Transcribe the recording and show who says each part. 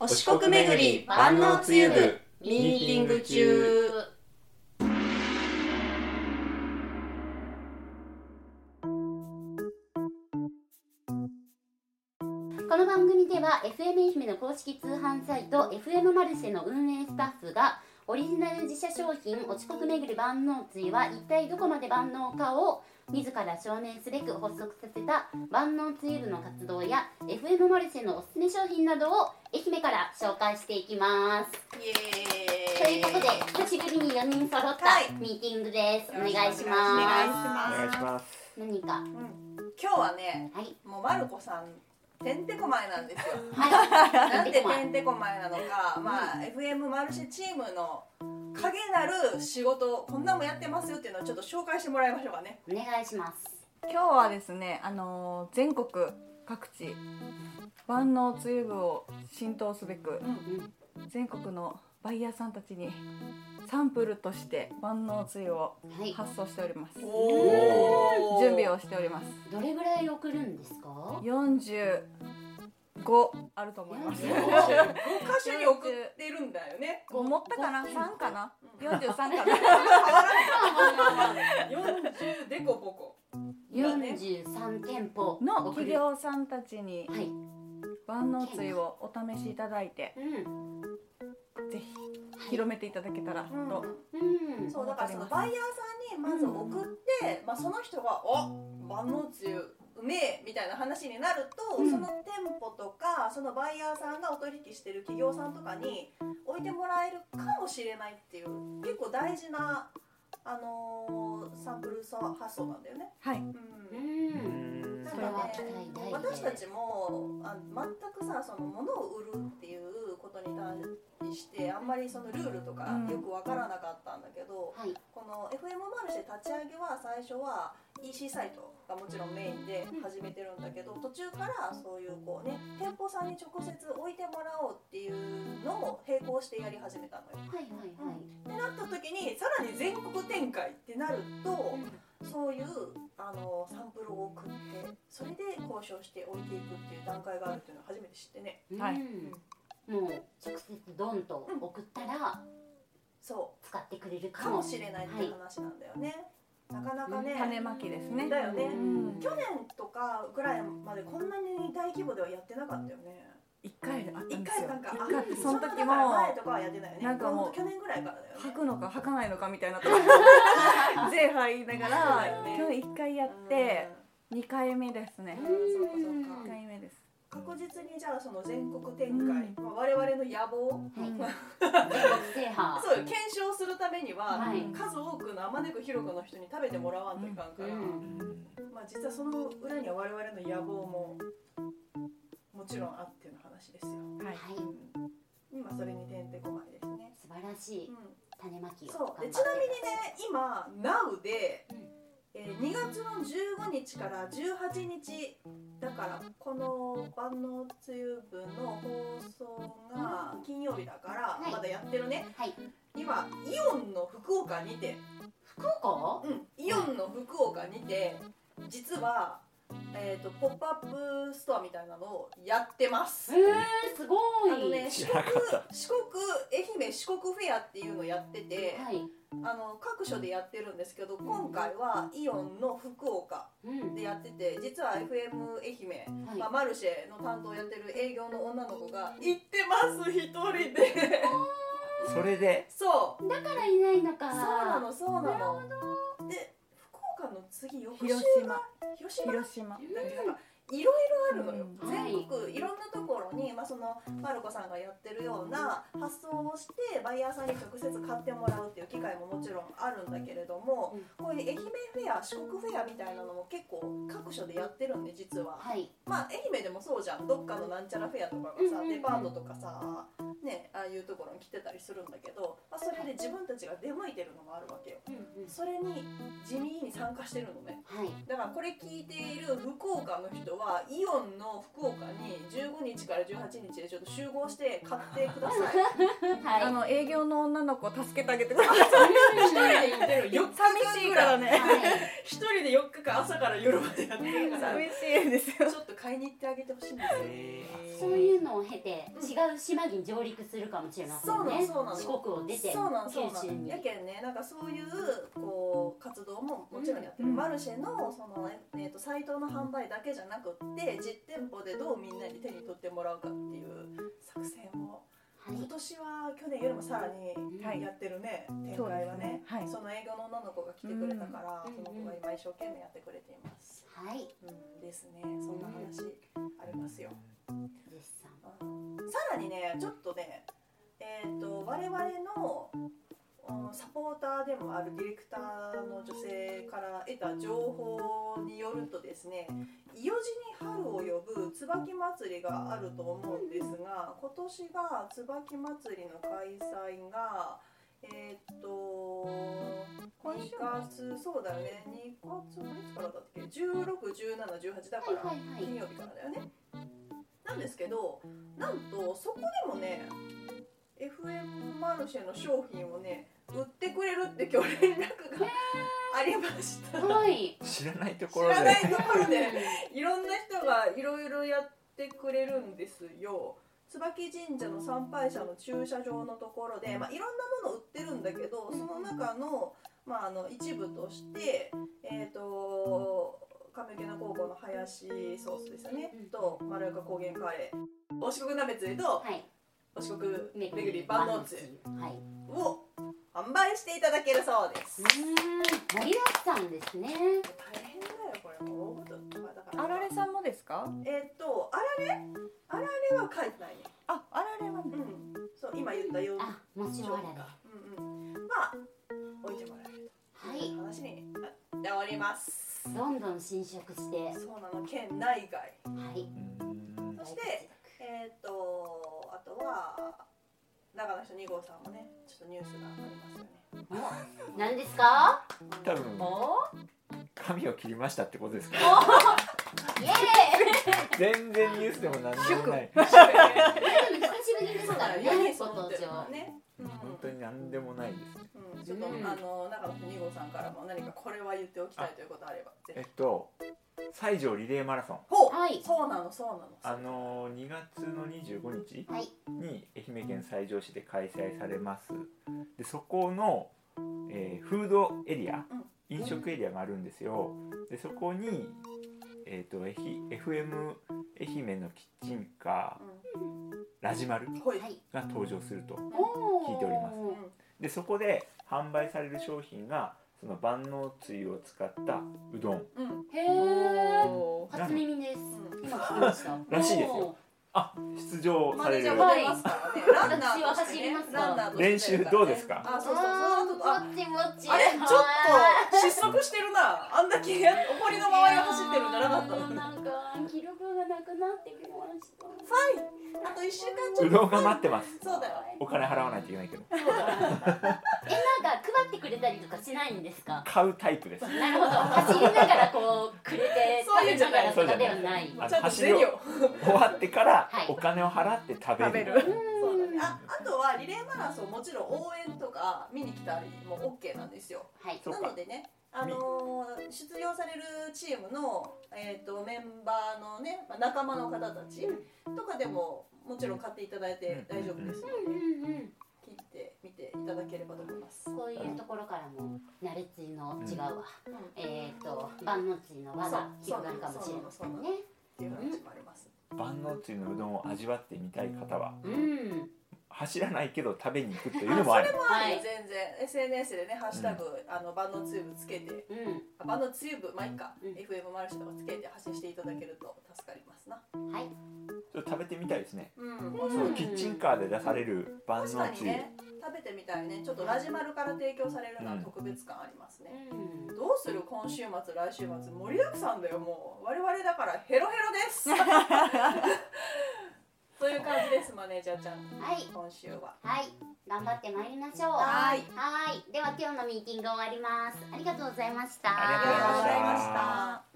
Speaker 1: お四国巡り万能つゆ部ミーティング中
Speaker 2: この番組では FM 愛媛の公式通販サイト FM マルシェの運営スタッフがオリジナル自社商品「おちこくめぐる万能つゆ」は一体どこまで万能かを自ら証明すべく発足させた万能つゆ部の活動や FM マルシェのおすすめ商品などを愛媛から紹介していきます。
Speaker 1: イエーイ
Speaker 2: ということで久しぶりに4人揃ったミーティングです。お願いし
Speaker 1: お願いし
Speaker 2: ま
Speaker 1: ます
Speaker 3: お願いします。
Speaker 2: す。何かは
Speaker 1: 今日はね
Speaker 2: い
Speaker 1: もうまるこさんてんてこまいなんですよ
Speaker 2: はい
Speaker 1: なんで てんてこまいなのかまあ FM マルシェチームの影なる仕事こんなんもやってますよっていうのをちょっと紹介してもらいましょうかね
Speaker 2: お願いします。
Speaker 4: 今日はですね、あのー全国各地万能つゆ部を浸透すべく全国のバイヤーさんたちにサンプルとして万能つゆを
Speaker 2: はい。
Speaker 4: 発送しております
Speaker 1: お
Speaker 4: 準備をしております
Speaker 2: どれぐらい送るんですか？
Speaker 4: 45あると思います
Speaker 2: 45
Speaker 1: 5箇所に送ってるんだよね
Speaker 4: 5持ったかな
Speaker 2: 45
Speaker 4: 3 かな
Speaker 1: うん
Speaker 4: 43かな
Speaker 1: 40でこぼこ
Speaker 2: 43店舗
Speaker 4: の
Speaker 2: 送
Speaker 4: 企
Speaker 2: る
Speaker 4: 業さんたちに
Speaker 2: はい。
Speaker 4: 万能つゆをお試しいただいて
Speaker 2: うん。
Speaker 4: ぜひ広めていただけたらと
Speaker 2: うん。
Speaker 1: そうだからそのバイヤーさんにまず送って、まあ、その人が「お万能つゆうめえ」みたいな話になると、
Speaker 4: うん
Speaker 1: その店舗とかそのバイヤーさんがお取引してる企業さんとかに置いてもらえるかもしれないっていう結構大事な、あのーサンプルさ発想なんだよね。
Speaker 4: はい
Speaker 1: うん
Speaker 2: うん。
Speaker 1: な
Speaker 2: そ
Speaker 1: ん
Speaker 2: れは
Speaker 1: か
Speaker 2: 期待大
Speaker 1: ね、
Speaker 2: で
Speaker 1: 私たちもあ全くさその物を売るっていうことに対してあんまりそのルールとか
Speaker 4: うん
Speaker 1: よく分からなかったんだけど、
Speaker 2: はい。
Speaker 1: この FM マルシェ立ち上げは最初は EC サイトがもちろんメインで始めてるんだけど途中からそういうこうね店舗さんに直接置いてもらおうっていうのも並行してやり始めたのよ。
Speaker 2: はいはいはい。
Speaker 1: ってなった時にさらに全国展開ってなると
Speaker 2: うん
Speaker 1: そういうあのサンプルを送ってそれで交渉して置いていくっていう段階があるっていうのは初めて知ってね。
Speaker 4: はい
Speaker 2: うんもう直接ドンと送ったら
Speaker 1: そ
Speaker 2: 使ってくれる
Speaker 1: うか
Speaker 2: か
Speaker 1: も
Speaker 2: も。
Speaker 1: しれないっていう話なんだよね。なかなかね。
Speaker 4: 種まきですね
Speaker 1: だよね
Speaker 4: うん
Speaker 1: 去年とかぐらいまでこんなに大規模ではやってなかったよね
Speaker 4: 一回であったん
Speaker 1: 一
Speaker 4: です
Speaker 1: 回
Speaker 4: よ
Speaker 1: なんか
Speaker 4: 一回ってその時
Speaker 1: だから前
Speaker 4: も
Speaker 1: とかはやってないよね
Speaker 4: なんかもう
Speaker 1: ほと去年ぐらいからだよね
Speaker 4: 吐くのか吐かないのかみたいなとこ ぜ吐いながら
Speaker 1: ね
Speaker 4: 今日一回やって二回目ですね
Speaker 1: そうかそうか
Speaker 4: 一回目です
Speaker 1: うん確実にじゃあその全国展開、まあ、我々の野望
Speaker 2: はい。
Speaker 4: う
Speaker 2: 全
Speaker 4: ん
Speaker 2: 国制覇。
Speaker 1: そうよ検証するためには、
Speaker 2: はい
Speaker 1: 数多くのあまねく広くの人に食べてもらわんといかんから、
Speaker 2: うん
Speaker 1: まあ、実はその裏には我々の野望ももちろんあっての話ですよ、
Speaker 4: は
Speaker 2: はいい。
Speaker 1: うん今それにてんてこまいですね、
Speaker 2: 素晴らしい
Speaker 1: うん
Speaker 2: 種まきを。
Speaker 1: そう
Speaker 2: 頑張っ
Speaker 1: で
Speaker 2: て
Speaker 1: ちなみにね今 NOW で、
Speaker 2: うん
Speaker 1: えー2月の15日から18日だからこの万能つゆ部の放送が金曜日だから、
Speaker 2: はい
Speaker 1: まだやってるね
Speaker 2: はい。
Speaker 1: 今イオンの福岡にて、
Speaker 2: 福岡？
Speaker 1: うん、イオンの福岡にて実は、えー、とポップアップストアみたいなのをやってます
Speaker 2: え。えすごい。
Speaker 1: あのね、四
Speaker 3: 知ら
Speaker 1: 国
Speaker 3: なかった
Speaker 1: 四国愛媛四国フェアっていうのをやってて、
Speaker 2: はい。
Speaker 1: あの各所でやってるんですけど今回はイオンの福岡
Speaker 2: うん。
Speaker 1: でやってて実は FM 愛媛、
Speaker 2: はい
Speaker 1: まあ、マルシェの担当やってる営業の女の子が「行ってます一人で
Speaker 3: それで」
Speaker 1: そう
Speaker 2: だからいないのか。
Speaker 1: そうなのそうなので福岡の次翌週
Speaker 4: 広島
Speaker 1: 広島
Speaker 4: 広島
Speaker 1: なんかいろいろあるのよ、
Speaker 4: うん
Speaker 1: 全国いろんなところに、まあ、そのまるこさんがやってるような発想をしてバイヤーさんに直接買ってもらうっていう機会ももちろんあるんだけれども、こういう愛媛フェア四国フェアみたいなのも結構各所でやってるんで実は、
Speaker 2: はい。
Speaker 1: まあ愛媛でもそうじゃんどっかのなんちゃらフェアとかが
Speaker 2: う
Speaker 1: さ
Speaker 2: んうんうん
Speaker 1: デパートとかさねああいうところに来てたりするんだけど、まあ、それで自分たちが出向いてるのもあるわけよ
Speaker 2: うんうん。
Speaker 1: それに地味に参加してるのね
Speaker 2: はい。
Speaker 1: だからこれ聞いている福岡の人はイオンの福岡に15日から18 28日でちょっと集合して買ってくだ さい
Speaker 2: はい
Speaker 4: あの営業の女の子助けてあげてください
Speaker 2: 一人で行ってる
Speaker 1: 4
Speaker 4: 寂しいからね
Speaker 2: はい
Speaker 1: 一人で4日間朝から夜までやってるから
Speaker 4: 寂しいですよ
Speaker 1: ちょっと買いに行ってあげてほしいんですよ
Speaker 3: え
Speaker 2: そういうのを経て違う島に上陸するかもしれませんね
Speaker 1: そうなのそうなの
Speaker 2: 四国を出て
Speaker 1: そうなんそう
Speaker 2: 九州
Speaker 1: なん
Speaker 2: に
Speaker 1: やけんねなんかそういうこう活動ももちろんやってる、
Speaker 4: うん
Speaker 1: マルシェのその、えー、とサイトの販売だけじゃなくって実店舗でどうみんなに手に取ってもらうかっていう作戦を今年は去年よりもさら
Speaker 4: は
Speaker 1: に
Speaker 4: い
Speaker 1: やってるね、展
Speaker 4: そうで
Speaker 1: 開
Speaker 4: す
Speaker 1: はね
Speaker 4: ねはい
Speaker 1: その営業の女の子が来てくれたから、
Speaker 2: うん
Speaker 1: その子が今一生懸命やってくれています、
Speaker 2: はい、はい、
Speaker 1: うん、ですねそんな話ありますよ、
Speaker 2: 絶賛
Speaker 1: さらにねちょっとねえっ、と我々のうんサポーターでもあるディレクターの女性から得た情報によるとですね伊予路に春を呼ぶ椿祭りがあると思うんですが今年は椿祭りの開催がえっ、と
Speaker 4: 今
Speaker 1: 2
Speaker 4: 週
Speaker 1: 月そうだよね2月のいつからだっけ161718だから
Speaker 2: はいはいはい
Speaker 1: 金曜日からだよねなんですけどなんとそこでもね FM マルシェの商品をね売ってくれるって今日連絡がありました
Speaker 2: はい
Speaker 3: 知らないと
Speaker 1: 知
Speaker 3: ころで
Speaker 1: らないところでいろんな人がいろいろやってくれるんですよ椿神社の参拝者の駐車場のところで、まあ、いろんなもの売ってるんだけどその中の,、まあ、あの一部としてえー、と上池の高校の林ソースですよね、
Speaker 2: うん
Speaker 1: とまろやか高原カレーお四国鍋つゆと
Speaker 2: はい
Speaker 1: お四国めぐり万能つゆ
Speaker 2: はい。う
Speaker 1: を販売していただけるそうです、
Speaker 2: ーん、盛りだくさんですね。
Speaker 1: 大変だよこれもう大事まあだから
Speaker 4: あられさんもですか
Speaker 1: えっ、とあられあられは書いてないね
Speaker 4: ああられはね
Speaker 1: うんそう今言ったよう
Speaker 2: あ、もちろんあられ。は
Speaker 1: うんうんまあ置いてもらえるとい。
Speaker 2: いう
Speaker 1: 話になっております、
Speaker 2: どんどん侵食して、は
Speaker 1: そうなの県内外
Speaker 2: い。
Speaker 1: そしてえっ、とあとは長野市2号さんもねちょっとニュースがありますよね
Speaker 2: 何ですか？
Speaker 3: 多
Speaker 2: お
Speaker 3: 分
Speaker 2: お、
Speaker 3: 髪を切りましたってことですか
Speaker 2: イエーイ。
Speaker 3: 全然ニュースでも何でもない
Speaker 2: で も久しぶりですからね。ご登場。
Speaker 1: ね、うん
Speaker 3: 本当に何でもないですね
Speaker 1: うん、ちょっと、
Speaker 2: うん
Speaker 1: あの長野市2号さんからも何かこれは言っておきたいということあればぜ
Speaker 3: え
Speaker 1: ひ
Speaker 3: っと西条リレーマラソン
Speaker 1: ほう、
Speaker 2: はい
Speaker 1: そうなのそうなの
Speaker 3: あのー2月の25日
Speaker 2: はい。
Speaker 3: に愛媛県西条市で開催されますでそこの、えーフードエリア
Speaker 1: うん
Speaker 3: 飲食エリアがあるんですよでそこに、えー、とえひ FM 愛媛のキッチンカーラジマル
Speaker 1: うん、ほい、
Speaker 2: はい
Speaker 3: が登場すると
Speaker 2: お
Speaker 3: 聞いております
Speaker 1: うん、
Speaker 3: でそこで販売される商品がその万能つゆを使ったうどん
Speaker 1: うん、
Speaker 2: へえ。
Speaker 4: おー
Speaker 2: 初耳です。
Speaker 1: うん
Speaker 2: 今聞きました。
Speaker 3: らしいですよ。あ出場
Speaker 1: マ
Speaker 3: さ
Speaker 1: ネー
Speaker 3: れ
Speaker 1: ジャ
Speaker 3: る
Speaker 1: ーも出ますからね、ランナーとして、
Speaker 2: 私
Speaker 1: ね
Speaker 2: は走ります、から
Speaker 1: ランナーとして
Speaker 3: 練習どうですか
Speaker 1: あ、
Speaker 2: あ
Speaker 1: そうそう、その後あ
Speaker 2: ー、もちもち。
Speaker 1: あれちょっ
Speaker 2: は
Speaker 1: と失速してるなあんだけ怒りの
Speaker 2: ーい。
Speaker 1: 周りを走ってるんじゃなかったの
Speaker 2: いやーなんか記録がなくなってきました。
Speaker 1: あと一週間ちょ
Speaker 3: う
Speaker 1: っと
Speaker 3: どんが待ってます
Speaker 1: そうだよ
Speaker 3: お金払わないといけないけど
Speaker 2: えなんか配ってくれたりとかしないんです か
Speaker 3: 買うタイプです
Speaker 2: なるほど走りながらこうくれて
Speaker 1: そう
Speaker 2: 食
Speaker 1: いうん
Speaker 2: べ
Speaker 1: じゃ
Speaker 2: なが
Speaker 1: ない
Speaker 2: らとかではない
Speaker 1: ちゃんとゼリオ
Speaker 3: 終わってから
Speaker 2: はい
Speaker 3: お金を払って食べる,、
Speaker 4: 食べる
Speaker 1: そうだねああとはリレーマラソンもちろん応援とか見に来たりも OK なんですよ
Speaker 2: はい
Speaker 3: そう
Speaker 1: な
Speaker 3: か
Speaker 1: のでねあのー出場されるチームの、えー、とメンバーのねまあ仲間の方たちとかでももちろん買っていただいて大丈夫ですの
Speaker 2: うん
Speaker 1: で
Speaker 2: うんうん
Speaker 1: 切ってみていただければと思います、
Speaker 2: こういうところからも慣れついの違うわ、
Speaker 1: うん、っ
Speaker 2: えー、と万能ついの輪が広がるかもしれませんね
Speaker 1: ていう話もあります
Speaker 3: 万能つゆのうどんを味わってみたい方は
Speaker 2: うん
Speaker 3: 走らないけど食べに行くという
Speaker 1: あ
Speaker 3: のもあり
Speaker 1: それもある
Speaker 2: は
Speaker 1: よ
Speaker 2: い
Speaker 1: 全然 SNS でね「ハッシュタグ、あの万能ツーブ」つけて
Speaker 2: う
Speaker 1: あ万能ツーブまあいっか、
Speaker 2: うん
Speaker 1: FM マルシェとかつけて発信していただけると助かりますな、
Speaker 2: んはい
Speaker 3: ちょっと食べてみたいですね、
Speaker 1: うん
Speaker 2: ん
Speaker 3: そのキッチンカーで出される万
Speaker 1: 確
Speaker 3: 能
Speaker 1: かに
Speaker 3: つゆ、
Speaker 1: ね食べてみたいねちょっとラジマルから提供されるのは特別感ありますね、
Speaker 2: うん
Speaker 1: どうする今週末来週末盛りだくさんだよもう我々だからヘロヘ ロですという感じですマネージャーちゃん
Speaker 2: はい
Speaker 1: 今週は
Speaker 2: はい頑張ってまいりましょう
Speaker 1: はーい
Speaker 2: はーいでは今日のミーティング終わりますありがとうございました
Speaker 3: あり
Speaker 1: ありがとうございました